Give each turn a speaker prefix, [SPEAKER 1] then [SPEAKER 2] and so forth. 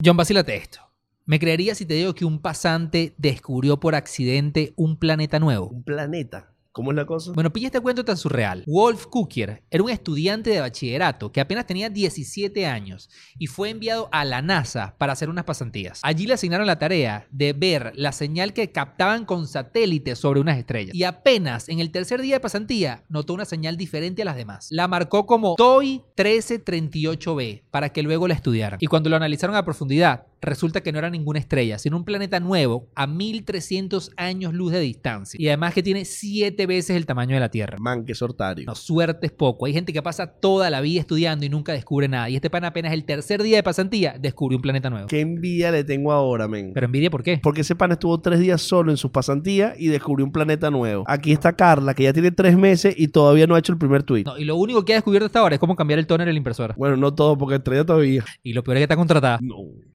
[SPEAKER 1] John, vacílate esto. ¿Me creerías si te digo que un pasante descubrió por accidente un planeta nuevo?
[SPEAKER 2] Un planeta. ¿Cómo es la cosa?
[SPEAKER 1] Bueno, pilla este cuento tan surreal. Wolf Cookier era un estudiante de bachillerato que apenas tenía 17 años y fue enviado a la NASA para hacer unas pasantías. Allí le asignaron la tarea de ver la señal que captaban con satélites sobre unas estrellas. Y apenas en el tercer día de pasantía notó una señal diferente a las demás. La marcó como TOI 1338b para que luego la estudiaran. Y cuando lo analizaron a profundidad, resulta que no era ninguna estrella, sino un planeta nuevo a 1300 años luz de distancia. Y además que tiene 7 veces el tamaño de la Tierra.
[SPEAKER 2] Man, qué sortario.
[SPEAKER 1] No, suerte es poco. Hay gente que pasa toda la vida estudiando y nunca descubre nada. Y este pan apenas el tercer día de pasantía descubrió un planeta nuevo.
[SPEAKER 2] Qué envidia le tengo ahora, men.
[SPEAKER 1] Pero envidia, ¿por qué?
[SPEAKER 2] Porque ese pan estuvo tres días solo en sus pasantías y descubrió un planeta nuevo. Aquí está Carla, que ya tiene tres meses y todavía no ha hecho el primer tweet.
[SPEAKER 1] No, y lo único que ha descubierto hasta ahora es cómo cambiar el tóner en la impresora.
[SPEAKER 2] Bueno, no todo, porque estrella todavía.
[SPEAKER 1] Y lo peor es que está contratada.
[SPEAKER 2] No.